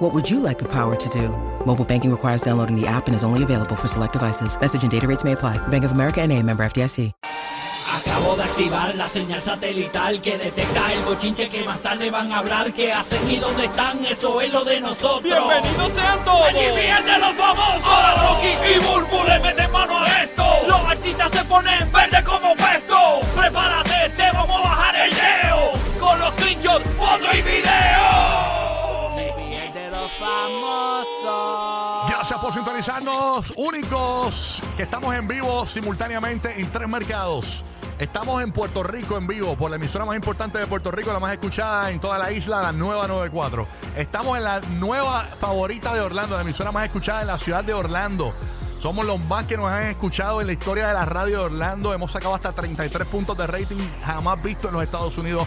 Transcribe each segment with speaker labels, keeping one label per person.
Speaker 1: What would you like the power to do? Mobile banking requires downloading the app and is only available for select devices. Message and data rates may apply. Bank of America and a member FDIC.
Speaker 2: Acabo de activar la señal satelital que detecta el bochinche que más tarde van a hablar. ¿Qué hacen y dónde están? Eso es lo de nosotros.
Speaker 3: ¡Bienvenidos sean todos!
Speaker 2: ¡Allí fíjense los famosos! Ahora Rocky y Burbu le meten mano a esto. Los artistas se ponen verde como puesto. Prepárate, te vamos a bajar el leo. Con los pinchos, foto y video. de los famosos.
Speaker 4: Gracias por sintonizarnos, únicos, que estamos en vivo simultáneamente en tres mercados. Estamos en Puerto Rico en vivo por la emisora más importante de Puerto Rico, la más escuchada en toda la isla, la nueva 94. Estamos en la nueva favorita de Orlando, la emisora más escuchada en la ciudad de Orlando. Somos los más que nos han escuchado en la historia de la radio de Orlando. Hemos sacado hasta 33 puntos de rating jamás visto en los Estados Unidos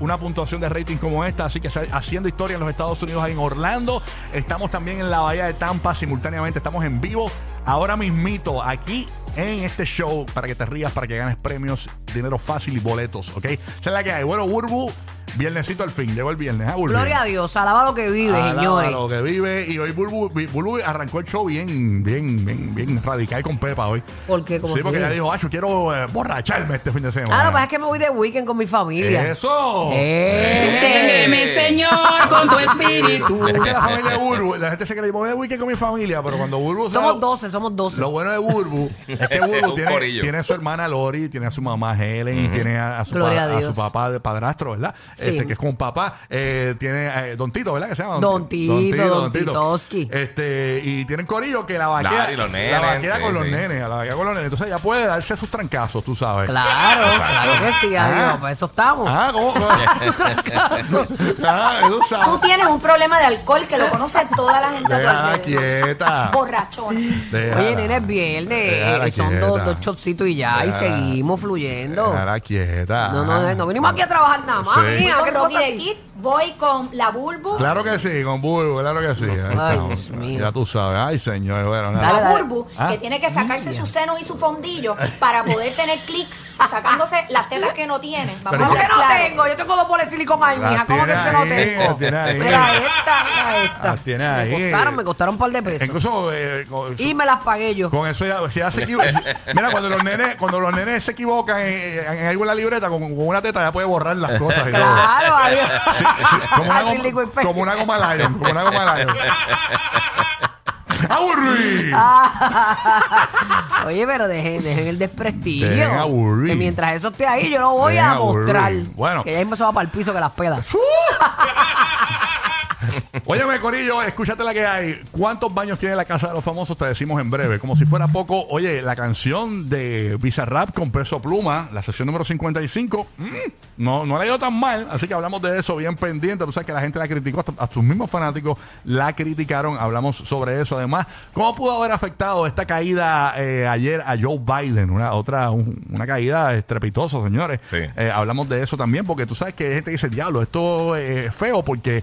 Speaker 4: una puntuación de rating como esta, así que haciendo historia en los Estados Unidos, en Orlando. Estamos también en la Bahía de Tampa simultáneamente, estamos en vivo ahora mismito aquí en este show para que te rías, para que ganes premios, dinero fácil y boletos, ¿ok? Esa es la que hay. Bueno, Burbu, viernesito al fin, llegó el viernes, ¿ah, Burbu?
Speaker 5: Gloria a Dios, alaba lo que vive,
Speaker 4: Alaba
Speaker 5: señores.
Speaker 4: lo que vive. Y hoy Burbu, Burbu arrancó el show bien, bien, bien, bien radical con Pepa hoy.
Speaker 5: Porque como
Speaker 4: Sí, porque
Speaker 5: si-
Speaker 4: ella dijo, ah, yo quiero eh, borracharme este fin de semana.
Speaker 5: Ah, lo que pasa es que me voy de weekend con mi familia.
Speaker 4: ¡Eso!
Speaker 5: Eh.
Speaker 6: Déjeme, Señor, con tu espíritu.
Speaker 4: Es que la familia de Burbu, la gente se cree, voy de weekend con mi familia, pero cuando Burbu se-
Speaker 5: Somos 12, somos 12.
Speaker 4: Lo bueno de Burbu es que Burbu
Speaker 3: Un
Speaker 4: tiene,
Speaker 3: corillo.
Speaker 4: tiene a su hermana Lori, tiene a su mamá Helen, tiene a, a su,
Speaker 5: Gloria
Speaker 4: pa-
Speaker 5: a
Speaker 4: a
Speaker 5: Dios.
Speaker 4: su papá de padrastro, ¿verdad?
Speaker 5: Sí.
Speaker 4: Este, que es con papá. Eh, tiene eh, Don Tito, ¿verdad? Que se llama
Speaker 5: Don Tito, Don Titoski.
Speaker 4: Este, y tienen corillo que la vaquea,
Speaker 3: Claro, y los
Speaker 4: la
Speaker 3: nenes,
Speaker 4: vaquea
Speaker 3: sí,
Speaker 4: con los
Speaker 3: sí.
Speaker 4: nenes, la vaquea con los nenes. Entonces ella puede darse sus trancazos, tú sabes.
Speaker 5: Claro, claro que sí,
Speaker 4: Ah.
Speaker 5: adiós. Para eso estamos.
Speaker 4: Ah, ¿cómo? ah, eso
Speaker 7: Tú
Speaker 4: sabe.
Speaker 7: tienes un problema de alcohol que lo conoce toda la gente. a tu
Speaker 4: Déjala
Speaker 7: alrededor.
Speaker 4: quieta.
Speaker 7: Borrachona.
Speaker 5: Oye,
Speaker 4: Déjala.
Speaker 5: nene, es viernes.
Speaker 4: Déjala
Speaker 5: eh, son dos,
Speaker 4: quieta.
Speaker 5: dos chocitos y ya, y
Speaker 4: Déjala.
Speaker 5: seguimos fluyendo.
Speaker 4: Déjala quieta.
Speaker 5: No, no, no vinimos aquí a trabajar nada más,
Speaker 4: Sí.
Speaker 7: Voy
Speaker 5: mía. ¿qué
Speaker 7: con
Speaker 5: te
Speaker 7: Rocky
Speaker 5: pasa a
Speaker 7: de
Speaker 5: ti?
Speaker 7: Kid, voy con la Bulbu.
Speaker 4: Ah, Claro que sí, con Bulbo, claro que sí. Ahí
Speaker 5: Ay,
Speaker 4: estamos.
Speaker 5: Dios mío.
Speaker 4: Ya tú sabes. Ay, señor, bueno, nada.
Speaker 5: Dale,
Speaker 7: La
Speaker 5: dale.
Speaker 7: Bulbu,
Speaker 4: Ah.
Speaker 7: que tiene que sacarse sus senos y su fondillo para poder tener clics, sacándose las tetas que no tiene. Vamos
Speaker 5: ¿Cómo
Speaker 7: a
Speaker 5: que
Speaker 7: ver,
Speaker 5: no
Speaker 7: claro.
Speaker 5: tengo? Yo tengo dos bolas de silicón ahí,
Speaker 4: Las
Speaker 5: mija. ¿Cómo que
Speaker 4: tiene
Speaker 5: yo no
Speaker 4: ahí, las
Speaker 5: tengo?
Speaker 4: tiene ahí.
Speaker 5: Mira esta, mira esta.
Speaker 4: Las tiene ahí.
Speaker 5: Me costaron, me costaron un par de pesos.
Speaker 4: Incluso eh, con,
Speaker 5: y me las pagué yo.
Speaker 4: con eso ya, si ya se equivo- si- Mira, cuando los nenes, cuando los nenes se equivocan en, en alguna libreta, con, con una teta ya puede borrar las cosas y todo.
Speaker 5: Claro, adiós.
Speaker 4: Como una,
Speaker 5: Así pues, liquid
Speaker 4: goma,
Speaker 5: paper.
Speaker 4: como una goma lion, como una goma lion. ¡Aburrí!
Speaker 5: Oye, pero dejen, dejen el desprestigio.
Speaker 4: Dejen aburrir.
Speaker 5: Que mientras eso esté ahí, yo lo voy
Speaker 4: Dejen
Speaker 5: a mostrar.
Speaker 4: aburrir. Bueno.
Speaker 5: Que ya mismo se va para el piso que las pedas.
Speaker 4: Óyeme, Corillo, escúchate la que hay. ¿Cuántos baños tiene la casa de los famosos? Te decimos en breve. Como si fuera poco, oye, la canción de Bizarrap con Peso Pluma, la sesión número 55, mm, no, no la ha ido tan mal, así que hablamos de eso bien pendiente. Tú sabes que la gente la criticó, hasta, hasta tus mismos fanáticos la criticaron. Hablamos sobre eso. Además, ¿cómo pudo haber afectado esta caída eh, ayer a Joe Biden? Una, otra, un- una caída estrepitosa, señores.
Speaker 3: Sí.
Speaker 4: Eh, hablamos de eso también, porque tú sabes que hay gente que dice, diablo, esto eh, es feo porque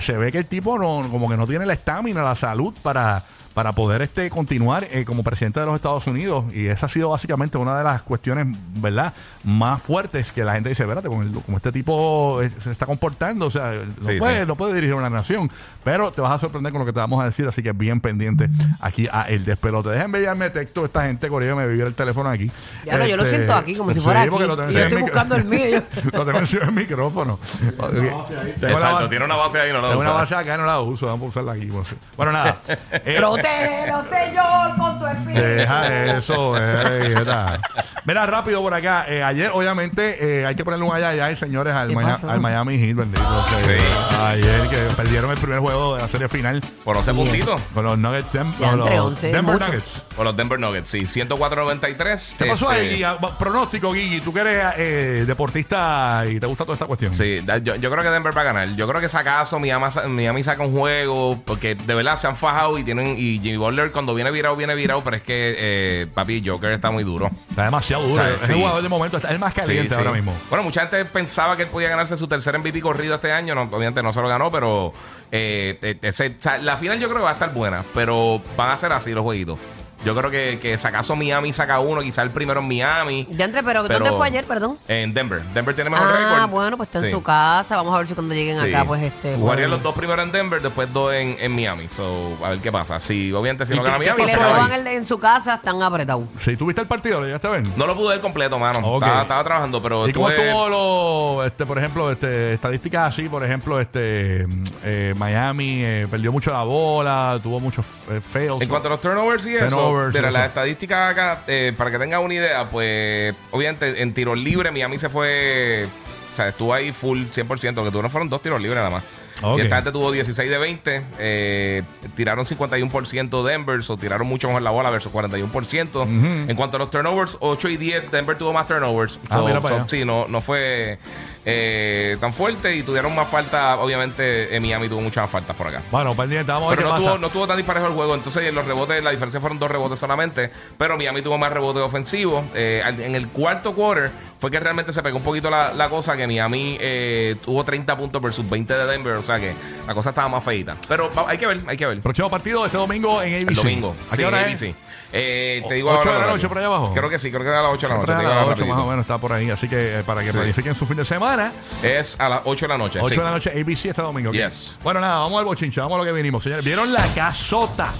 Speaker 4: se ve que el tipo no, como que no tiene la estamina, la salud para, para poder este, continuar eh, como presidente de los Estados Unidos. Y esa ha sido básicamente una de las cuestiones, ¿verdad?, más fuertes que la gente dice, espérate, con el- como este tipo eh, se está comportando, o sea, no,
Speaker 3: Sí,
Speaker 4: puede,
Speaker 3: sí.
Speaker 4: no puede dirigir una nación. Pero te vas a sorprender con lo que te vamos a decir, así que bien pendiente aquí a El Despelote. Déjenme enviarme texto esta gente, Corillo, me vivió el teléfono aquí.
Speaker 5: Ya no, yo lo siento aquí, como si fuera
Speaker 4: este, porque
Speaker 5: aquí.
Speaker 4: lo tengo
Speaker 5: Y yo
Speaker 4: encima del
Speaker 5: estoy buscando el mío, yo-
Speaker 4: lo tengo encima del micrófono. Tengo la
Speaker 3: Exacto,
Speaker 4: base-
Speaker 3: tiene una base ahí, no la
Speaker 4: tengo una
Speaker 3: usa.
Speaker 4: base acá, no la uso, vamos a usarla aquí. pues. Bueno, nada. Eh,
Speaker 5: Protégenos, Señor, con tu espíritu.
Speaker 4: Deja eso, eh, quieta. Mira, rápido por acá. eh, ayer, obviamente, eh, hay que ponerle un allá allá, y señores, al,
Speaker 5: ¿Qué
Speaker 4: Maya-
Speaker 5: pasó?
Speaker 4: al Miami Heat, bendito sea.
Speaker 3: Sí.
Speaker 4: Ayer que perdieron el primer juego de la serie final
Speaker 3: Por 11 puntitos.
Speaker 4: con los Nuggets. Dem-
Speaker 5: Ya
Speaker 4: con los
Speaker 5: entre 11,
Speaker 4: Denver
Speaker 5: mucho.
Speaker 4: Nuggets.
Speaker 3: Con los Denver Nuggets, sí. 104.93.
Speaker 4: ¿Qué pasó
Speaker 3: Este,
Speaker 4: ahí? Guilla? Va- Pronóstico, Guigui. Tú que eres eh, deportista y te gusta toda esta cuestión.
Speaker 3: Sí, da- yo, yo creo que Denver va a ganar. Yo creo que si acaso Miami, sa- Miami saca un juego, porque de verdad se han fajado y tienen y y Jimmy Butler cuando viene virado, viene virado, pero es que eh, papi Joker está muy duro.
Speaker 4: Está demasiado duro.
Speaker 3: Sí,
Speaker 4: es
Speaker 3: sí.
Speaker 4: el jugador de momento, está el más caliente
Speaker 3: Sí, sí.
Speaker 4: ahora mismo.
Speaker 3: Bueno, mucha gente pensaba que él podía ganarse su tercer MVP corrido este año. No, obviamente no se lo ganó, pero eh, eh, ese- o sea, la final yo creo que va a estar buena, pero van a ser así los jueguitos. Yo creo que, que si acaso Miami saca uno, quizá el primero en Miami.
Speaker 5: Ya entré, pero, ¿dónde fue ayer, perdón?
Speaker 3: En Denver. Denver tiene mejor récord.
Speaker 5: Ah, bueno, pues está en
Speaker 3: Sí.
Speaker 5: su casa. Vamos a ver si cuando lleguen
Speaker 3: Sí.
Speaker 5: acá, pues este.
Speaker 3: Jugarían
Speaker 5: juegan.
Speaker 3: los dos primero en Denver, después dos en, en Miami. So, a ver qué pasa. Si, obviamente, si
Speaker 4: ¿Y
Speaker 3: no
Speaker 4: qué-
Speaker 3: gana
Speaker 4: qué
Speaker 3: Miami,
Speaker 5: Si
Speaker 4: se
Speaker 5: le
Speaker 3: se va
Speaker 5: roban
Speaker 3: ahí.
Speaker 5: el de- en su casa, están apretados.
Speaker 4: Si tuviste el partido, ya está bien.
Speaker 3: no lo pude ver completo, mano.
Speaker 4: Ok.
Speaker 3: Estaba, estaba trabajando, pero
Speaker 4: ¿Y cómo
Speaker 3: estuve-
Speaker 4: estuvo los, este, por ejemplo, este, estadísticas así? Por ejemplo, este, mm, eh, Miami eh, perdió mucho la bola, tuvo muchos eh, fails.
Speaker 3: En cuanto a los turnovers y
Speaker 4: Turnovers,
Speaker 3: eso, mira,
Speaker 4: sí,
Speaker 3: las
Speaker 4: eso.
Speaker 3: estadísticas acá, eh, para que tengan una idea, pues obviamente en tiros libres Miami se fue, o sea, estuvo ahí full 100%, lo que tuvieron fueron dos tiros libres nada más.
Speaker 4: Ok.
Speaker 3: Y esta gente tuvo 16 de 20, eh, tiraron 51% Denver, o tiraron mucho mejor la bola versus 41%. En cuanto a los turnovers, 8 y 10, Denver tuvo más turnovers.
Speaker 4: Ah,
Speaker 3: So-
Speaker 4: mira para
Speaker 3: so-
Speaker 4: allá.
Speaker 3: sí, no, no fue eh, tan fuerte y tuvieron más falta, obviamente eh, Miami tuvo muchas más faltas por acá.
Speaker 4: Bueno, pendiente, vamos a ver
Speaker 3: Pero
Speaker 4: qué
Speaker 3: no
Speaker 4: pasa.
Speaker 3: tuvo, no tuvo tan disparejo el juego. Entonces, en los rebotes, la diferencia fueron dos rebotes solamente. Pero Miami tuvo más rebotes ofensivos. Eh, al- en el cuarto quarter fue que realmente se pegó un poquito la, la cosa. Que Miami eh, tuvo 30 puntos versus 20 de Denver. O sea que la cosa estaba más feita. Pero va- hay que ver, hay que ver.
Speaker 4: Próximo partido este domingo en ABC.
Speaker 3: El domingo.
Speaker 4: ¿A qué
Speaker 3: Sí,
Speaker 4: hora
Speaker 3: en
Speaker 4: es?
Speaker 3: ABC. Eh, te
Speaker 4: O-
Speaker 3: digo
Speaker 4: ocho
Speaker 3: ahora
Speaker 4: de la
Speaker 3: rápido.
Speaker 4: noche por allá abajo.
Speaker 3: Creo que sí, creo que era a las 8 de la noche.
Speaker 4: Siempre
Speaker 3: Te
Speaker 4: a
Speaker 3: digo
Speaker 4: las
Speaker 3: ahora
Speaker 4: 8 más o
Speaker 3: rapidito.
Speaker 4: menos está por ahí, así que eh, para que
Speaker 3: Sí.
Speaker 4: planifiquen su fin de semana,
Speaker 3: Es a las 8 de la noche.
Speaker 4: 8
Speaker 3: sí.
Speaker 4: de la noche ABC este domingo. ¿ok?
Speaker 3: Yes.
Speaker 4: Bueno, nada, vamos al bochincha, vamos a lo que vinimos, señores. ¿Vieron la casota?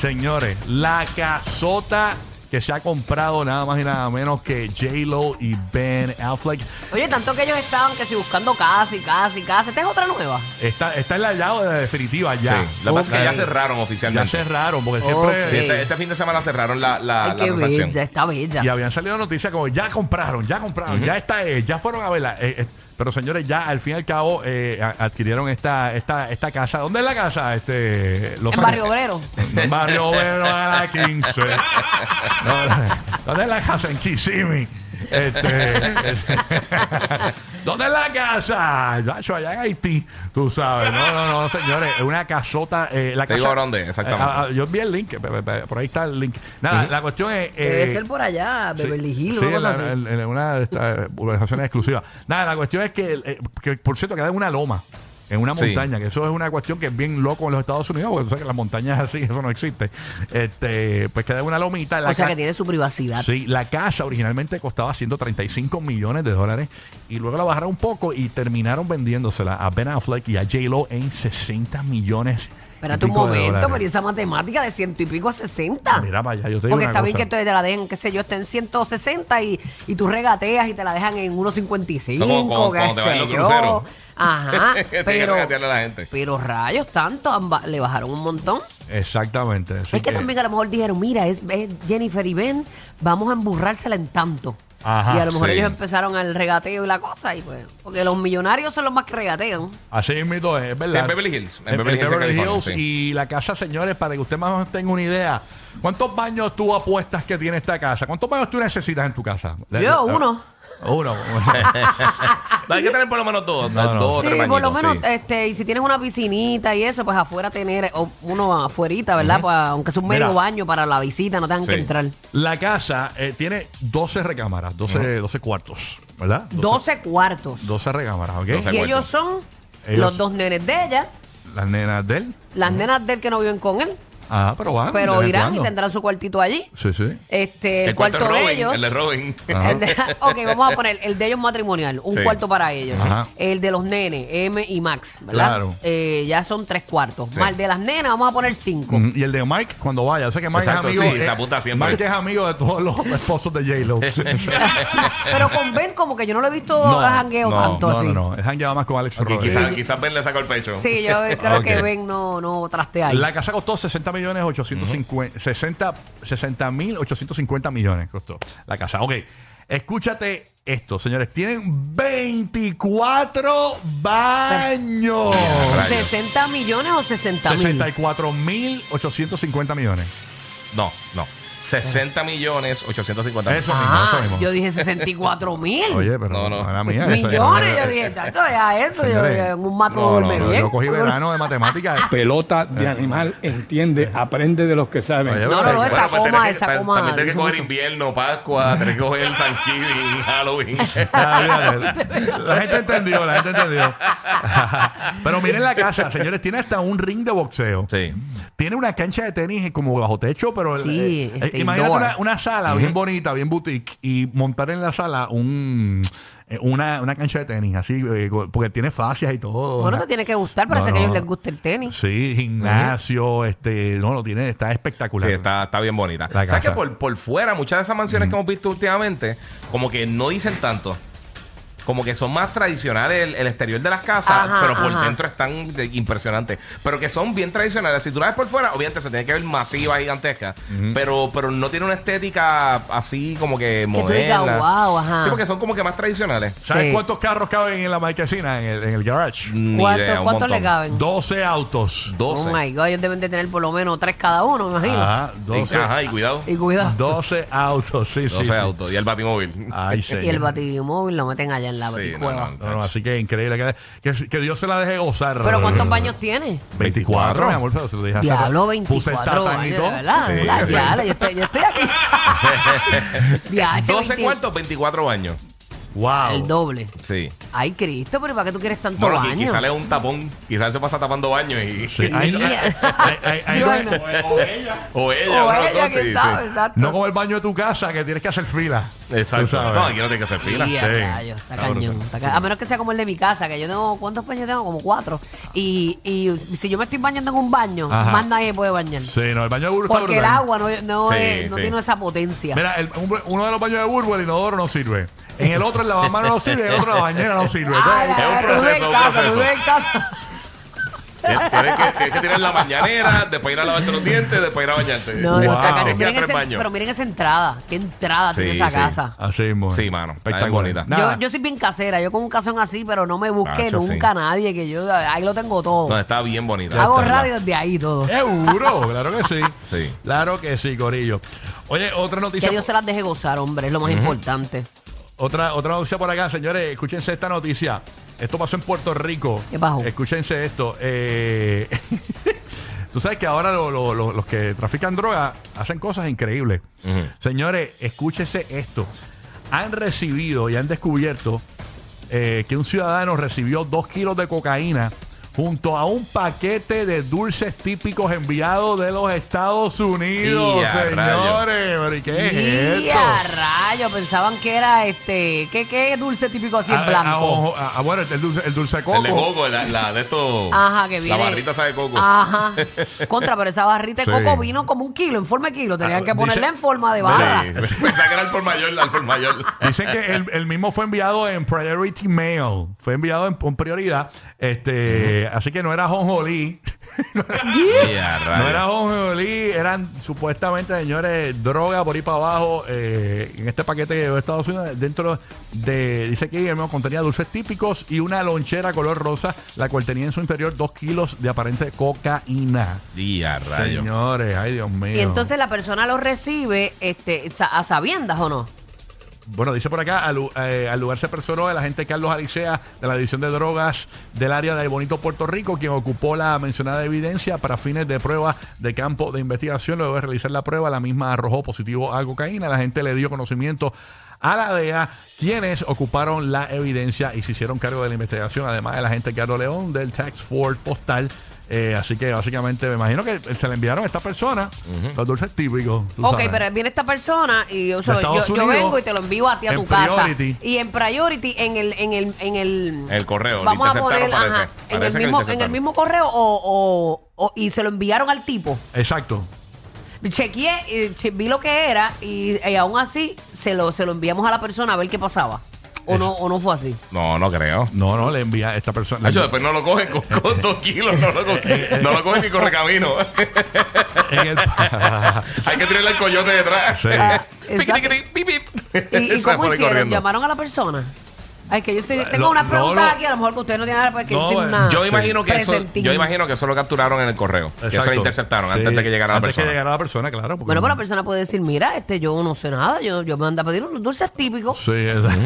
Speaker 4: Señores, la casota que se ha comprado nada más y nada menos que J-Lo y Ben Affleck.
Speaker 5: Oye, tanto que ellos estaban que si buscando casa y casa y casa. Esta es otra nueva.
Speaker 4: Está, está en la llave de la definitiva
Speaker 3: Sí.
Speaker 4: ya.
Speaker 3: Lo que pasa es que ya
Speaker 5: Ok.
Speaker 3: cerraron
Speaker 4: Ya
Speaker 3: oficialmente.
Speaker 4: cerraron, porque siempre.
Speaker 5: Ok.
Speaker 3: Sí, este, este fin de semana cerraron la, Ah, la,
Speaker 5: Ay,
Speaker 3: la
Speaker 5: qué
Speaker 3: transacción.
Speaker 5: bella, está bella.
Speaker 4: Y habían salido noticias como ya compraron, ya compraron, ya está, eh, ya fueron a verla. eh, eh. pero señores, ya al fin y al cabo eh, a- adquirieron esta, esta, esta casa. ¿Dónde es la casa? Este, Los
Speaker 5: En Barrio Obrero.
Speaker 4: En Barrio Obrero a la 15. No, ¿Dónde es la casa? En Kissimmee. Este, ¿Dónde es la casa? Nacho, allá en Haití, tú sabes. No, no, no, señores. Es una casota. eh, la
Speaker 3: Te
Speaker 4: casa-
Speaker 3: digo dónde, exactamente.
Speaker 4: Ah, ah, yo envié el link. pe- pe- pe- Por ahí está el link. Nada, la cuestión es. eh,
Speaker 5: Debe ser por allá,
Speaker 4: Sí,
Speaker 5: Beverly Hills,
Speaker 4: sí,
Speaker 5: una cosa
Speaker 4: en
Speaker 5: así.
Speaker 4: la- en- en una de estas eh, urbanizaciones exclusivas. Nada, la cuestión es que, eh, que, por cierto, queda en una loma, en una
Speaker 3: Sí.
Speaker 4: montaña, que eso es una cuestión que es bien loco en los Estados Unidos, porque tú sabes que las montañas así, eso no existe. Este, pues queda en una lomita. La
Speaker 5: o sea
Speaker 4: ca-
Speaker 5: que tiene su privacidad.
Speaker 4: Sí, la casa originalmente costaba 135 millones de dólares y luego la bajaron un poco y terminaron vendiéndosela a Ben Affleck y a J-Lo en 60 millones. y
Speaker 5: Espérate un
Speaker 4: pico de
Speaker 5: momento,
Speaker 4: dólares.
Speaker 5: pero ¿y esa matemática de ciento y pico a 60.
Speaker 4: Mira para allá, yo te digo
Speaker 5: Porque
Speaker 4: una
Speaker 5: está bien
Speaker 4: cosa.
Speaker 5: que te te la dejen, qué sé yo, está en 160 y, y tú regateas y te la dejan en 1.55.
Speaker 3: Eso como- como-
Speaker 5: qué
Speaker 3: como te van
Speaker 5: sé
Speaker 3: los
Speaker 5: yo.
Speaker 3: cruceros.
Speaker 5: Ajá.
Speaker 3: Tienen que
Speaker 5: Ah, pero,
Speaker 3: regatearle a la gente.
Speaker 5: pero rayos, tanto, amba- le bajaron un montón.
Speaker 4: Exactamente. así
Speaker 5: es que, también a lo mejor dijeron, mira, es, es Jennifer y Ben, vamos a emburrársela en tanto.
Speaker 4: Ajá,
Speaker 5: y a lo mejor
Speaker 3: sí.
Speaker 5: ellos empezaron al regateo y la cosa, y pues, porque los millonarios son los más que regatean.
Speaker 4: Así mismo es, es verdad.
Speaker 3: Sí, en Beverly Hills. En Beverly Hills, en
Speaker 4: Beverly
Speaker 3: California,
Speaker 4: Hills
Speaker 3: sí.
Speaker 4: Y la casa, señores, para que usted más o menos tenga una idea, ¿cuántos baños tú apuestas que tiene esta casa? ¿Cuántos baños tú necesitas en tu casa?
Speaker 5: Yo, uno.
Speaker 4: Uno.
Speaker 3: No, Hay que tener por lo menos dos.
Speaker 4: No, no.
Speaker 3: dos o
Speaker 5: Sí,
Speaker 3: tres
Speaker 5: por lo
Speaker 3: bañitos,
Speaker 5: menos,
Speaker 3: sí.
Speaker 5: este, y si tienes una piscinita y eso, pues afuera tener o uno afuerita, ¿verdad? Pues, aunque sea un medio
Speaker 4: Mira.
Speaker 5: baño para la visita, no tengan
Speaker 3: Sí.
Speaker 5: que entrar.
Speaker 4: la casa eh, tiene 12 recámaras, 12, 12 cuartos, ¿verdad?
Speaker 5: 12 cuartos.
Speaker 4: 12 recámaras, ¿ok?
Speaker 3: 12.
Speaker 5: y
Speaker 3: cuartos.
Speaker 5: ellos son
Speaker 4: Ellos-
Speaker 5: los dos nenes de ella,
Speaker 4: Las nenas de él.
Speaker 5: las nenas de él que no viven con él,
Speaker 4: Ah, pero van. de
Speaker 5: pero
Speaker 4: vez en
Speaker 5: irán
Speaker 4: cuando.
Speaker 5: y tendrán su cuartito allí.
Speaker 4: Sí, sí.
Speaker 5: Este, el,
Speaker 3: cuarto
Speaker 5: cuarto,
Speaker 3: es Robin,
Speaker 5: de ellos.
Speaker 3: El de Robin.
Speaker 4: Ajá.
Speaker 5: El de- ok, vamos a poner el de ellos matrimonial, un
Speaker 3: Sí.
Speaker 5: cuarto para ellos.
Speaker 4: Ajá.
Speaker 5: El de los nenes, M y Max, ¿verdad?
Speaker 4: Claro.
Speaker 5: Eh, ya son tres cuartos.
Speaker 3: Sí.
Speaker 5: Más el de las nenas, vamos a poner cinco.
Speaker 4: Mm, Y el de Mike cuando vaya. O sea que Mike
Speaker 3: Exacto,
Speaker 4: es amigo. eh,
Speaker 3: sí, se apunta siempre.
Speaker 4: Mike es amigo de todos los esposos de J-Lo.
Speaker 5: Pero con Ben como que yo no lo he visto jangueo
Speaker 3: no,
Speaker 5: tanto
Speaker 4: no,
Speaker 5: así.
Speaker 4: no, no. Es hangueado más con Alex
Speaker 3: Que
Speaker 4: Rodríguez.
Speaker 3: quizás, quizás Ben le sacó el pecho.
Speaker 5: Sí, yo creo
Speaker 4: Ok.
Speaker 5: que Ben no, no trastea ahí.
Speaker 4: La casa costó 60 millones 850 60 60 mil 850 millones costó la casa. Ok, escúchate esto, señores. Tienen 24 baños.
Speaker 3: Rayos.
Speaker 5: 60 millones o 60 mil.
Speaker 4: 64 mil 850 millones.
Speaker 3: No, no. 60 millones 850 mil.
Speaker 4: Eso mismo, eso
Speaker 5: Ah,
Speaker 4: mismo.
Speaker 5: yo dije 64 mil.
Speaker 4: Oye, pero
Speaker 3: No, no.
Speaker 4: mala mía, eso-
Speaker 5: Millones, yo dije, chacho, deja eso. Yo,
Speaker 4: Señores,
Speaker 5: en un mato
Speaker 3: no, no,
Speaker 5: duerme
Speaker 3: no,
Speaker 4: Yo,
Speaker 5: bien.
Speaker 4: yo cogí verano de matemáticas.
Speaker 8: Pelota de animal, entiende, aprende de los que saben.
Speaker 4: Oye,
Speaker 5: No, no, no, esa
Speaker 3: Bueno, pues tenés
Speaker 5: coma,
Speaker 3: que-
Speaker 5: esa
Speaker 3: ta-
Speaker 5: coma.
Speaker 3: También tenés
Speaker 5: dice
Speaker 3: que coger
Speaker 5: mucho.
Speaker 3: invierno, Pascua, tenés que coger Thanksgiving, Halloween.
Speaker 4: Ah, olvídate. la gente entendió, la gente entendió. Pero miren la casa, señores, tiene hasta un ring de boxeo.
Speaker 3: Sí.
Speaker 4: Tiene una cancha de tenis como bajo techo, pero eh,
Speaker 5: Sí, este,
Speaker 4: imagínate
Speaker 5: indoor.
Speaker 4: una, una sala bien bonita, bien boutique, y montar en la sala un eh, una, una cancha de tenis, así, eh, co- porque tiene fascias y todo.
Speaker 5: Bueno, te tiene que gustar, parece
Speaker 4: No,
Speaker 5: que a
Speaker 4: no.
Speaker 5: ellos les gusta el tenis.
Speaker 4: Sí, gimnasio, este, no, lo tiene, está espectacular.
Speaker 3: Sí, está, está bien bonita.
Speaker 4: La
Speaker 3: ¿Sabes
Speaker 4: casa. Mm.
Speaker 3: que por, por fuera, muchas de esas mansiones que hemos visto últimamente, como que no dicen tanto. Como que son más tradicionales el, el exterior de las casas,
Speaker 5: Ajá,
Speaker 3: pero por
Speaker 5: ajá.
Speaker 3: dentro están de- impresionantes. Pero que son bien tradicionales. Si tú la ves por fuera, obviamente se tiene que ver masiva, gigantesca. pero, pero no tiene una estética así como que
Speaker 5: digas,
Speaker 3: moderna.
Speaker 5: "Wow", ajá.
Speaker 3: Sí, porque son como que más tradicionales.
Speaker 4: ¿Sabes
Speaker 5: Sí.
Speaker 4: cuántos carros caben en la marquesina, en el, en el garage?
Speaker 3: Ni
Speaker 5: ¿Cuánto-
Speaker 3: idea, un
Speaker 5: ¿Cuántos le
Speaker 3: montón.
Speaker 5: caben?
Speaker 4: 12 autos.
Speaker 3: 12.
Speaker 5: Oh my god, ellos deben de tener por lo menos tres cada uno, me imagino.
Speaker 4: Ajá,
Speaker 3: Sí,
Speaker 4: 12,
Speaker 3: Ajá, y cuidado.
Speaker 5: Y cuidado.
Speaker 4: 12 autos, sí, sí.
Speaker 3: 12
Speaker 4: sí.
Speaker 3: autos y el batimóvil.
Speaker 4: Ay,
Speaker 5: Y el
Speaker 4: señor.
Speaker 5: batimóvil lo meten allá en la
Speaker 3: Sí,
Speaker 5: baticueva.
Speaker 3: no,
Speaker 4: No, no, así que increíble. Que, que- que Dios se la deje gozar.
Speaker 5: Pero ¿cuántos baños tiene?
Speaker 4: 24, mi amor, pero se lo dije hace
Speaker 5: Diablo,
Speaker 4: rato.
Speaker 5: 24
Speaker 4: Puse tatán y
Speaker 5: baños,
Speaker 4: todo.
Speaker 5: de verdad, de
Speaker 3: Sí,
Speaker 5: verdad,
Speaker 3: sí.
Speaker 5: diablo, yo estoy, yo estoy aquí. Diache,
Speaker 3: 12
Speaker 5: 20
Speaker 3: cuartos, 24 baños.
Speaker 5: El
Speaker 4: Wow.
Speaker 5: doble.
Speaker 3: Sí.
Speaker 5: Ay, Cristo, pero ¿para qué tú quieres tanto
Speaker 3: Bueno, qui-
Speaker 5: baño?
Speaker 3: quizá le da un tapón, quizás él se pasa tapando baño y.
Speaker 4: Sí, hay- hay- hay- hay- hay-
Speaker 5: Dios, no.
Speaker 3: O ella. O ella,
Speaker 5: O
Speaker 3: una
Speaker 5: ella,
Speaker 3: cosa,
Speaker 5: ¿quién
Speaker 3: sí,
Speaker 5: sabe?
Speaker 3: sí.
Speaker 5: Exacto.
Speaker 4: No como el baño de tu casa, que tienes que hacer fila. Tú
Speaker 3: Exacto.
Speaker 4: sabes.
Speaker 3: No, aquí no tiene que hacer fila.
Speaker 5: Y a
Speaker 4: sí.
Speaker 5: rayos, está
Speaker 3: Cabrón.
Speaker 5: cañón, está ca- A menos que sea como el de mi casa, que yo tengo, ¿cuántos baños tengo? Como cuatro. Y, y si yo me estoy bañando en un baño,
Speaker 4: Ajá.
Speaker 5: más nadie puede bañar.
Speaker 4: Sí, no, el baño de Burbu está
Speaker 5: Porque el
Speaker 4: brutal.
Speaker 5: agua no, no,
Speaker 3: Sí,
Speaker 5: es- no
Speaker 3: sí.
Speaker 5: tiene esa potencia.
Speaker 4: Mira, el- un- uno de los baños de Burbu, el inodoro no sirve. En el otro, el lavamanos no sirve. En el otro, la bañera no sirve.
Speaker 5: Ah,
Speaker 4: Entonces,
Speaker 3: es un
Speaker 5: la- tú ves
Speaker 3: proceso,
Speaker 5: en
Speaker 3: un
Speaker 5: casa,
Speaker 3: proceso.
Speaker 5: tú ves en casa.
Speaker 3: Tienes que, tienes que tirar la mañanera, después ir a lavarte los dientes, después ir a bañarte.
Speaker 5: No, no,
Speaker 4: Wow.
Speaker 5: está cañón.
Speaker 3: Tienes que ir a
Speaker 5: Miren
Speaker 3: tres
Speaker 5: ese-
Speaker 3: baños.
Speaker 5: pero miren esa entrada. Qué entrada
Speaker 3: Sí,
Speaker 5: tiene esa
Speaker 3: sí.
Speaker 5: casa.
Speaker 4: Así mismo.
Speaker 3: Sí, mano, está bien
Speaker 4: Espectacular.
Speaker 3: bonita.
Speaker 4: Nada.
Speaker 5: Yo, yo soy bien casera, yo con un casón así, pero no me busque
Speaker 3: Nacho,
Speaker 5: nunca
Speaker 3: sí.
Speaker 5: nadie, que yo ahí lo tengo todo.
Speaker 3: No, Eh, está bien bonita.
Speaker 5: Hago
Speaker 4: está, ya.
Speaker 5: radio desde ahí todo.
Speaker 4: Seguro, claro que sí.
Speaker 3: Sí.
Speaker 4: Claro que sí, Corillo. Oye, otra
Speaker 5: Que
Speaker 4: noticia.
Speaker 5: Dios se las deje gozar, hombre, es lo más importante.
Speaker 4: Otra, otra noticia por acá, señores. Escúchense esta noticia. Esto pasó en Puerto Rico.
Speaker 5: ¿Qué pasó?
Speaker 4: Escúchense esto. Eh, Tú sabes que ahora lo- lo- lo- los que trafican droga hacen cosas increíbles. Señores, escúchense esto. Han recibido y han descubierto eh, que un ciudadano recibió dos kilos de cocaína junto a un paquete de dulces típicos enviados de los Estados Unidos,
Speaker 3: ¡Y a
Speaker 4: señores. Pero, ¿y ¿Qué es
Speaker 5: y
Speaker 4: esto?
Speaker 5: a rayo, pensaban que era este, ¿qué, qué dulce típico así en
Speaker 4: Ah, ah,
Speaker 5: blanco?
Speaker 4: ojo, ah, ah, bueno, el dulce, el dulce de coco.
Speaker 3: El de coco, la, la de esto.
Speaker 5: Ajá, que viene. Ah,
Speaker 3: La barrita sabe coco.
Speaker 5: Ajá. Contra, pero esa barrita de
Speaker 4: Sí.
Speaker 5: coco vino como un kilo, en forma de kilo. Tenían
Speaker 4: Ah,
Speaker 5: que ponerla
Speaker 4: dice-
Speaker 5: en forma de barra.
Speaker 3: Sí. Pensaba que era el por mayor, la- el por mayor.
Speaker 4: Dicen que el, el mismo fue enviado en priority mail. Fue enviado en, con prioridad. Este, Así que no era Jonjolí.
Speaker 3: Y a rayos.
Speaker 4: No era Jonjolí. Eran supuestamente, señores, droga por ahí para abajo. eh, en este paquete que llegó de Estados Unidos. Dentro de. Dice que el mismo contenía dulces típicos y una lonchera color rosa, la cual tenía en su interior dos kilos de aparente cocaína.
Speaker 3: Y a rayos.
Speaker 4: Señores, ay Dios mío.
Speaker 5: Y entonces la persona lo recibe este, sa- a sabiendas o no.
Speaker 4: Bueno, dice por acá, al, lu- eh, al lugar se personó el agente Carlos Alicea de la División de Drogas del área del Bonito Puerto Rico, quien ocupó la mencionada evidencia para fines de prueba de campo de investigación. Luego de realizar la prueba, la misma arrojó positivo a cocaína. La gente le dio conocimiento a la DEA, quienes ocuparon la evidencia y se hicieron cargo de la investigación, además del agente Carlos León del Tax Force Postal. Eh, así que básicamente me imagino que se le enviaron a esta persona los dulces típicos. tú
Speaker 5: Ok,
Speaker 4: sabes.
Speaker 5: pero viene esta persona y o sea,
Speaker 4: De Estados
Speaker 5: yo, yo
Speaker 4: Unidos,
Speaker 5: vengo y te lo envío a ti a
Speaker 4: en
Speaker 5: tu casa.
Speaker 4: priority.
Speaker 5: Y en priority, en el, en el, en el,
Speaker 3: El correo,
Speaker 5: Vamos
Speaker 3: lo
Speaker 5: a poner,
Speaker 3: interceptaron,
Speaker 5: ajá,
Speaker 3: parece.
Speaker 5: en
Speaker 3: Parece
Speaker 5: el mismo,
Speaker 3: que lo
Speaker 5: en el
Speaker 3: interceptaron.
Speaker 5: mismo correo o, o- o- y se lo enviaron al tipo.
Speaker 4: Exacto.
Speaker 5: Chequeé, eh, che- vi lo que era y, eh, aún así se lo, se lo enviamos a la persona a ver qué pasaba. O no, o no fue así.
Speaker 3: No, no creo.
Speaker 4: No, no, le envía a esta persona. le
Speaker 3: Nacho,
Speaker 4: envía-
Speaker 3: después no lo cogen con, con dos kilos, no lo
Speaker 4: Eh,
Speaker 3: cogen, no lo cogen ni corre camino.
Speaker 4: en el
Speaker 3: Hay que tirarle el coyote detrás.
Speaker 4: Sí.
Speaker 5: Ah,
Speaker 3: Piqui,
Speaker 5: exacto.
Speaker 3: tiqui, tiqui, pip, pip.
Speaker 5: ¿Y, y
Speaker 3: Se
Speaker 5: cómo
Speaker 3: pone
Speaker 5: hicieron?
Speaker 3: corriendo.
Speaker 5: ¿Llamaron a la persona? Ay, que yo estoy, tengo
Speaker 4: Lo-
Speaker 5: unas
Speaker 4: no,
Speaker 5: preguntas
Speaker 4: lo-
Speaker 5: aquí, a lo mejor que ustedes no tienen nada, porque
Speaker 4: No,
Speaker 5: dicen
Speaker 4: eh,
Speaker 5: una...
Speaker 3: Yo imagino, que eso,
Speaker 5: presentín.
Speaker 3: yo imagino que eso lo capturaron en el correo. Que eso lo interceptaron antes de que llegara la
Speaker 4: Antes que
Speaker 3: persona.
Speaker 4: llegara la persona, claro. porque-
Speaker 5: Bueno, pero la persona puede decir, mira, este yo no sé nada, yo, yo me ando a pedir unos dulces típicos.
Speaker 4: Sí, exacto.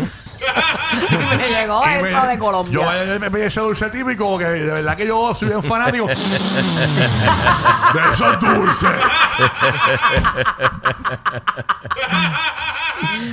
Speaker 5: y me llegó
Speaker 4: Y me-
Speaker 5: eso de Colombia.
Speaker 4: Yo vaya, me pedí ese dulce típico, que de verdad que yo soy bien fanático. de esos dulces.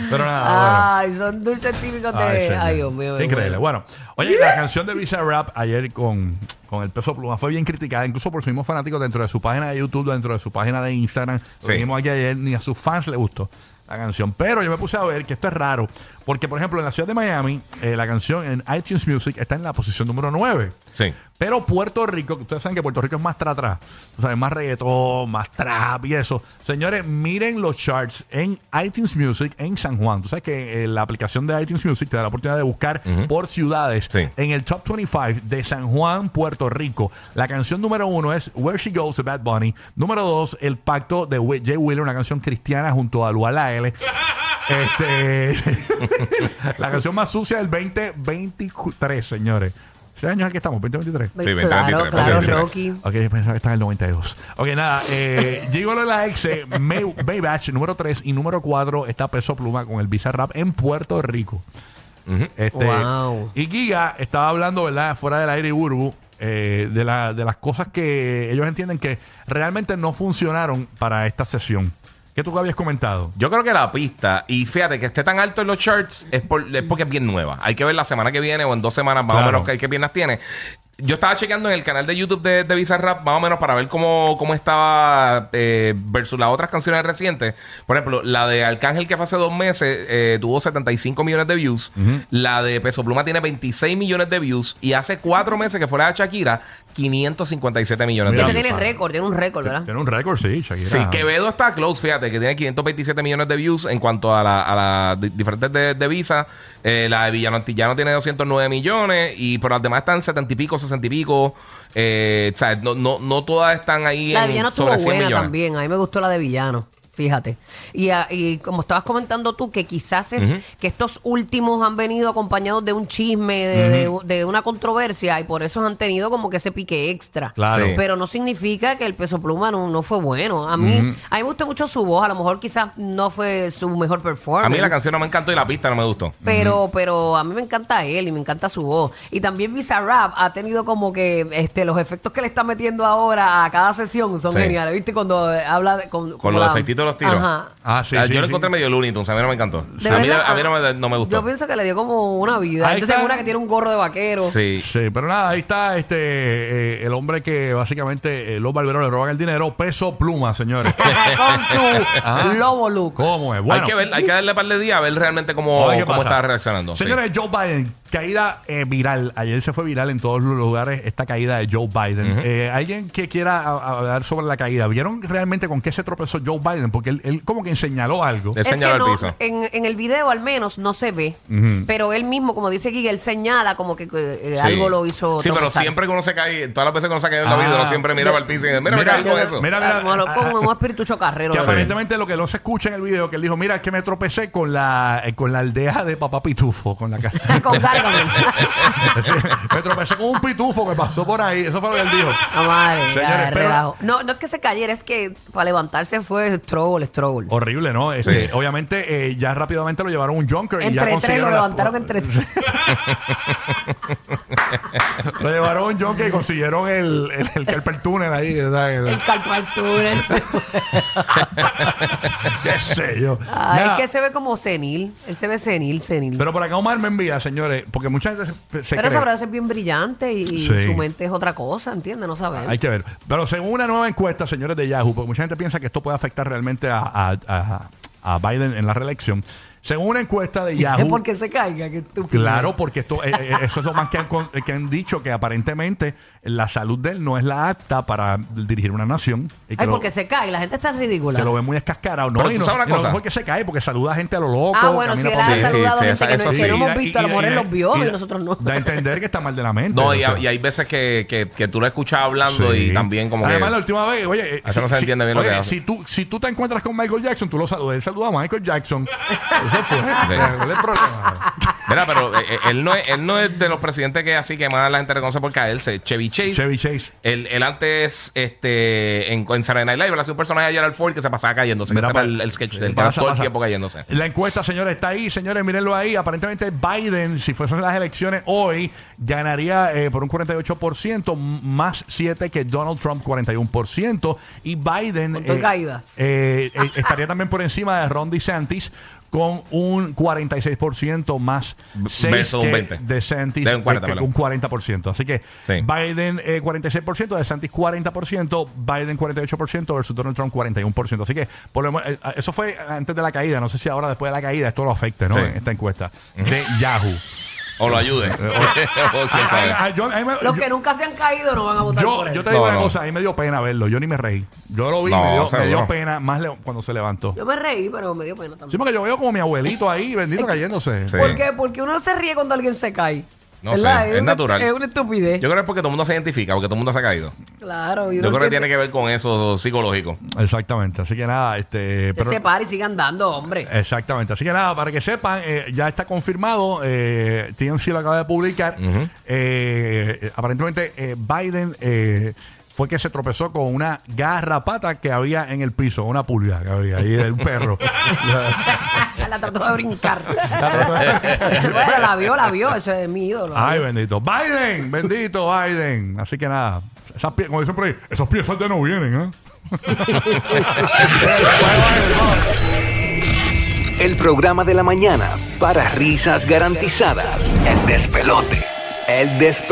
Speaker 4: Pero nada. Ah, bueno.
Speaker 5: Ay, son dulces típicos de...
Speaker 4: Ay,
Speaker 5: Ay,
Speaker 4: señor.
Speaker 5: Dios mío. me
Speaker 4: Increíble.
Speaker 5: muero.
Speaker 4: Bueno, oye, la canción de Visa Rap ayer con, con el peso pluma fue bien criticada, incluso por sus mismos fanáticos dentro de su página de YouTube, dentro de su página de Instagram. Lo
Speaker 3: Sí.
Speaker 4: dijimos aquí ayer, ni a sus fans le gustó la canción. Pero yo me puse a ver que esto es raro, porque por ejemplo en la ciudad de Miami, eh, la canción en iTunes Music está en la posición número 9.
Speaker 3: Sí.
Speaker 4: Pero Puerto Rico, que ustedes saben que Puerto Rico es más tra atrás, sabes, más reggaetón, más trap y eso. Señores, miren los charts en iTunes Music en San Juan. Tú sabes que eh, la aplicación de iTunes Music te da la oportunidad de buscar por ciudades.
Speaker 3: Sí.
Speaker 4: En el top 25 de San Juan, Puerto Rico, la canción número uno es Where She Goes de Bad Bunny. Número dos, El Pacto de Wi- Jay Wheeler, una canción cristiana junto a Luala L. Este, la canción más sucia del 2023, señores. ¿Este año es el que estamos? 2023.
Speaker 5: Ve-
Speaker 3: Sí, 20,
Speaker 5: claro,
Speaker 3: 23,
Speaker 5: claro,
Speaker 3: 23.
Speaker 5: Rocky.
Speaker 4: Ok, yo pensaba que estaba en el 92. Ok, nada. Eh, Gigolo de la ex, eh, May, Baywatch, número 3 y número 4 está Peso Pluma con el Visa Rap en Puerto Rico. Este,
Speaker 5: Wow.
Speaker 4: Y Giga estaba hablando, ¿verdad? Fuera del aire y Burbu, eh, de, la- de las cosas que ellos entienden que realmente no funcionaron para esta sesión. ¿Qué tú habías comentado?
Speaker 3: Yo creo que la pista, y fíjate que esté tan alto en los charts, es, por- es porque es bien nueva. Hay que ver la semana que viene o en dos semanas más
Speaker 4: Claro.
Speaker 3: o menos qué, qué piernas tiene. Yo estaba chequeando en el canal de YouTube de, de Bizarrap más o menos para ver cómo, cómo estaba eh, versus las otras canciones recientes. Por ejemplo, la de Arcángel que fue hace dos meses eh, tuvo 75 millones de views. La de Peso Pluma tiene 26 millones de views. Y hace cuatro meses que fue la de Shakira, 557 millones
Speaker 4: Mira,
Speaker 5: Ese
Speaker 3: de views.
Speaker 5: tiene récord, tiene un récord, ¿verdad?
Speaker 4: Tiene un récord, sí, Shakira.
Speaker 3: Sí, Quevedo está close, fíjate, que tiene 527 millones de views en cuanto a las diferentes de, de Visa. Eh, la de Villano Antillano tiene 209 millones, y pero las demás están 70 y pico, 60 y pico. Eh, o sea, no, no, no todas están ahí
Speaker 5: La de
Speaker 3: en,
Speaker 5: villano estuvo
Speaker 3: sobre
Speaker 5: buena
Speaker 3: 100 millones.
Speaker 5: también. A mí me gustó la de villano. Fíjate. Y, a- y como estabas comentando tú, que quizás es que estos últimos han venido acompañados de un chisme, de, de- de una controversia, y por eso han tenido como que ese pique extra.
Speaker 4: Claro.
Speaker 3: Sí.
Speaker 5: Pero no significa que el peso pluma no, no fue bueno. A mí, a mí me gustó mucho su voz. A lo mejor quizás no fue su mejor performance.
Speaker 3: A mí la canción no me encantó y la pista no me gustó.
Speaker 5: Pero, pero a mí me encanta él y me encanta su voz. Y también Bizarrap ha tenido como que este, los efectos que le está metiendo ahora a cada sesión son
Speaker 3: Sí.
Speaker 5: geniales. ¿Viste? Cuando eh, habla de- con, como
Speaker 3: Con los
Speaker 5: la-
Speaker 3: efectitos de los tiros.
Speaker 5: Ajá.
Speaker 4: Ah, sí,
Speaker 3: Ah,
Speaker 4: sí,
Speaker 3: yo lo
Speaker 4: sí.
Speaker 3: encontré medio Looney Tunes, a mí no me encantó.
Speaker 5: De
Speaker 3: a, mí,
Speaker 5: verdad, ah,
Speaker 3: a mí no me, no me
Speaker 5: Yo
Speaker 3: gustó.
Speaker 5: pienso que le dio como una vida.
Speaker 4: Ahí
Speaker 5: Estoy
Speaker 4: está.
Speaker 5: segura que tiene un gorro de vaquero.
Speaker 3: Sí.
Speaker 4: Sí, pero nada, ahí está este eh, el hombre que básicamente eh, los barberos le roban el dinero, peso pluma, señores.
Speaker 5: Ah, con su
Speaker 4: Ajá.
Speaker 5: lobo look.
Speaker 4: ¿Cómo es? Bueno,
Speaker 3: hay, que ver, hay que darle un par de días a ver realmente
Speaker 4: vamos
Speaker 3: cómo,
Speaker 4: a ver qué
Speaker 3: cómo
Speaker 4: pasa.
Speaker 3: está reaccionando. sí.
Speaker 4: Señores, Joe Biden, caída eh, viral. Ayer se fue viral en todos los lugares esta caída de Joe Biden. Eh, Alguien que quiera a- a- hablar sobre la caída, ¿vieron realmente con qué se tropezó Joe Biden? Porque él, él como que señaló algo.
Speaker 3: Él
Speaker 5: Es que
Speaker 3: señaló
Speaker 5: no,
Speaker 3: el piso.
Speaker 5: En, en el video al menos no se ve, pero él mismo, como dice Giga, él señala como que eh,
Speaker 3: Sí.
Speaker 5: algo lo hizo.
Speaker 3: Sí, pero
Speaker 5: tropezar.
Speaker 3: siempre que uno se cae, todas las veces que uno se cae en la
Speaker 4: Ah.
Speaker 3: vida, uno siempre mira para el piso y dice, mira, me
Speaker 4: Mira,
Speaker 3: caí
Speaker 4: yo-
Speaker 3: con eso.
Speaker 4: mira,
Speaker 5: Ah, como lo- como un espíritu chocarrero.
Speaker 4: Que
Speaker 5: ¿verdad?
Speaker 4: aparentemente lo que no se escucha en el video, que él dijo, mira, es que me tropecé con la, eh, con la aldea de papá pitufo, con la ca-
Speaker 5: con Gargamel.
Speaker 4: Sí, me tropecé con un pitufo que pasó por ahí. Eso fue lo que él dijo.
Speaker 5: No, madre, ya,
Speaker 4: Señores, pero-
Speaker 5: relajo. No, no es que se cayera, es que para levantarse fue struggle, struggle.
Speaker 4: Horrible, ¿no? Este,
Speaker 3: Sí.
Speaker 4: Obviamente, eh, ya rápidamente lo llevaron a un Junker y ya
Speaker 5: entre tres, lo
Speaker 4: consiguieron la-
Speaker 5: levantaron entre tres.
Speaker 4: Lo llevaron a un Junker y consiguieron el, el, el carpal tunnel ahí. ¿verdad? El-
Speaker 5: El carpal túnel.
Speaker 4: qué sé yo.
Speaker 5: Ay,
Speaker 4: Nada,
Speaker 5: es que se ve como senil. Él se ve senil, senil. Pero,
Speaker 4: Pero por acá Omar me envía, señores, porque mucha gente se, se cree-
Speaker 5: esa brazo es bien brillante y, y
Speaker 4: Sí.
Speaker 5: su mente es otra cosa, ¿entiendes? No sabemos.
Speaker 4: Hay que ver. Pero según una nueva encuesta, señores de Yahoo, porque mucha gente piensa que esto puede afectar realmente a, a- a- a Biden en la reelección. Según una encuesta de
Speaker 5: es
Speaker 4: Yahoo.
Speaker 5: porque se caiga, que estúpido.
Speaker 4: Claro, porque esto, eh, eh, eso es lo más que han, con- que han dicho, que aparentemente la salud de él no es la apta para dirigir una nación. Y que
Speaker 5: Ay,
Speaker 4: lo-
Speaker 5: porque se cae, la gente está ridícula.
Speaker 4: que lo ve muy escascarado. No,
Speaker 3: Pero
Speaker 4: y
Speaker 3: tú
Speaker 4: no,
Speaker 3: sabes una
Speaker 4: y no
Speaker 3: cosa.
Speaker 4: es porque se cae, porque saluda a gente a lo loco.
Speaker 5: Ah, bueno, si
Speaker 4: camina por
Speaker 5: él ha
Speaker 3: Sí,
Speaker 4: ahí.
Speaker 3: sí,
Speaker 5: saludado
Speaker 3: sí,
Speaker 5: gente
Speaker 3: esa-
Speaker 5: que, no,
Speaker 3: eso
Speaker 5: que
Speaker 3: sí.
Speaker 5: no
Speaker 4: Y
Speaker 5: hemos
Speaker 4: da-
Speaker 5: visto, a
Speaker 4: y
Speaker 5: lo mejor
Speaker 4: da-
Speaker 5: él los vio
Speaker 4: y
Speaker 5: y,
Speaker 4: da-
Speaker 5: nosotros no.
Speaker 4: Da a entender que está mal de la mente.
Speaker 3: No,
Speaker 4: o
Speaker 3: y,
Speaker 4: sea.
Speaker 3: y hay veces que, que, que tú lo escuchas hablando
Speaker 4: Sí.
Speaker 3: y también como
Speaker 4: Además, la
Speaker 3: que...
Speaker 4: última vez, oye, eh,
Speaker 3: Eso no se entiende bien lo
Speaker 4: oye,
Speaker 3: que hace.
Speaker 4: Si tú, si tú te encuentras con Michael Jackson, tú lo saludas. Él saluda a Michael Jackson. Eso fue. O sea, ¿cuál es el problema?
Speaker 3: Mira, pero eh, eh, él no, es, él no es de los presidentes que así que más la gente reconoce por caerse. Chevy Chase.
Speaker 4: Chevy Chase.
Speaker 3: Él, él antes, este, en, en Saturday Night Live, él hacía un personaje de Gerald Ford que se pasaba cayéndose. que
Speaker 4: Mira,
Speaker 3: se llama
Speaker 4: pa-
Speaker 3: el, el sketch del
Speaker 4: pasa,
Speaker 3: todo el
Speaker 4: pasa.
Speaker 3: tiempo cayéndose.
Speaker 4: La encuesta, señores, está ahí. Señores, mírenlo ahí. Aparentemente Biden, si fuesen las elecciones hoy, ganaría eh, por un 48%, m- más 7 que Donald Trump, 41%. Y Biden
Speaker 5: Con tus caídas.
Speaker 4: eh, eh, estaría también por encima de Ron DeSantis con un 46% más
Speaker 3: B-
Speaker 4: 6
Speaker 3: versus un
Speaker 4: que
Speaker 3: 20.
Speaker 4: DeSantis,
Speaker 3: De un
Speaker 4: eh,
Speaker 3: 40,
Speaker 4: que-
Speaker 3: perdón.
Speaker 4: un 40%. Así que
Speaker 3: Sí.
Speaker 4: Biden eh, 46%, DeSantis 40%, Biden 48% versus Donald Trump 41%. Así que por lo menos, eh, eso fue antes de la caída. No sé si ahora después de la caída esto lo afecte, ¿no?
Speaker 3: Sí.
Speaker 4: En Esta encuesta de Yahoo.
Speaker 3: O lo ayude. O quién sabe.
Speaker 4: Ah, ah, yo- a mí me-
Speaker 5: Los
Speaker 4: yo-
Speaker 5: que nunca se han caído no van a votar por
Speaker 4: yo,
Speaker 5: él.
Speaker 4: yo
Speaker 5: Yo,
Speaker 4: te digo
Speaker 3: No,
Speaker 4: una
Speaker 3: no.
Speaker 4: cosa, a mí me dio pena verlo, yo ni me reí. Yo lo vi, me,
Speaker 3: No,
Speaker 4: dio, me dio
Speaker 3: seguro.
Speaker 4: pena, más le- cuando se levantó.
Speaker 5: me reí, pero me dio pena
Speaker 4: Sí,
Speaker 5: también.
Speaker 4: porque yo veo como mi abuelito ahí, bendito, cayéndose.
Speaker 3: Sí.
Speaker 5: ¿Por qué? Porque uno se ríe cuando alguien se cae.
Speaker 3: No
Speaker 5: ¿Verdad?
Speaker 3: sé,
Speaker 5: Es,
Speaker 3: es
Speaker 5: una-
Speaker 3: natural.
Speaker 5: Es una estupidez.
Speaker 3: Yo creo que es porque todo el mundo se identifica, porque todo el mundo se ha caído.
Speaker 5: claro. y
Speaker 3: Yo
Speaker 5: uno
Speaker 3: creo
Speaker 5: siente-
Speaker 3: que tiene que ver con eso psicológico.
Speaker 4: Exactamente, así que nada, este...
Speaker 5: Que se pare y siga andando, hombre.
Speaker 3: Eh.
Speaker 4: Exactamente. Así que nada, para que sepan, eh, ya está confirmado. Eh, TMC lo acaba de publicar. Eh, eh, aparentemente, eh, Biden eh, fue que se tropezó con una garrapata que había en el piso, una pulga que había ahí, un perro.
Speaker 5: la trató de brincar. bueno, la vio, la vio. Ese es mi ídolo.
Speaker 3: Ah,
Speaker 4: Ay, bendito. Biden, bendito Biden. Así que nada, esas pie- como dicen por ahí, esos piezas ya no vienen, ¿eh?
Speaker 9: El programa de la mañana para risas garantizadas. El despelote. El despelote.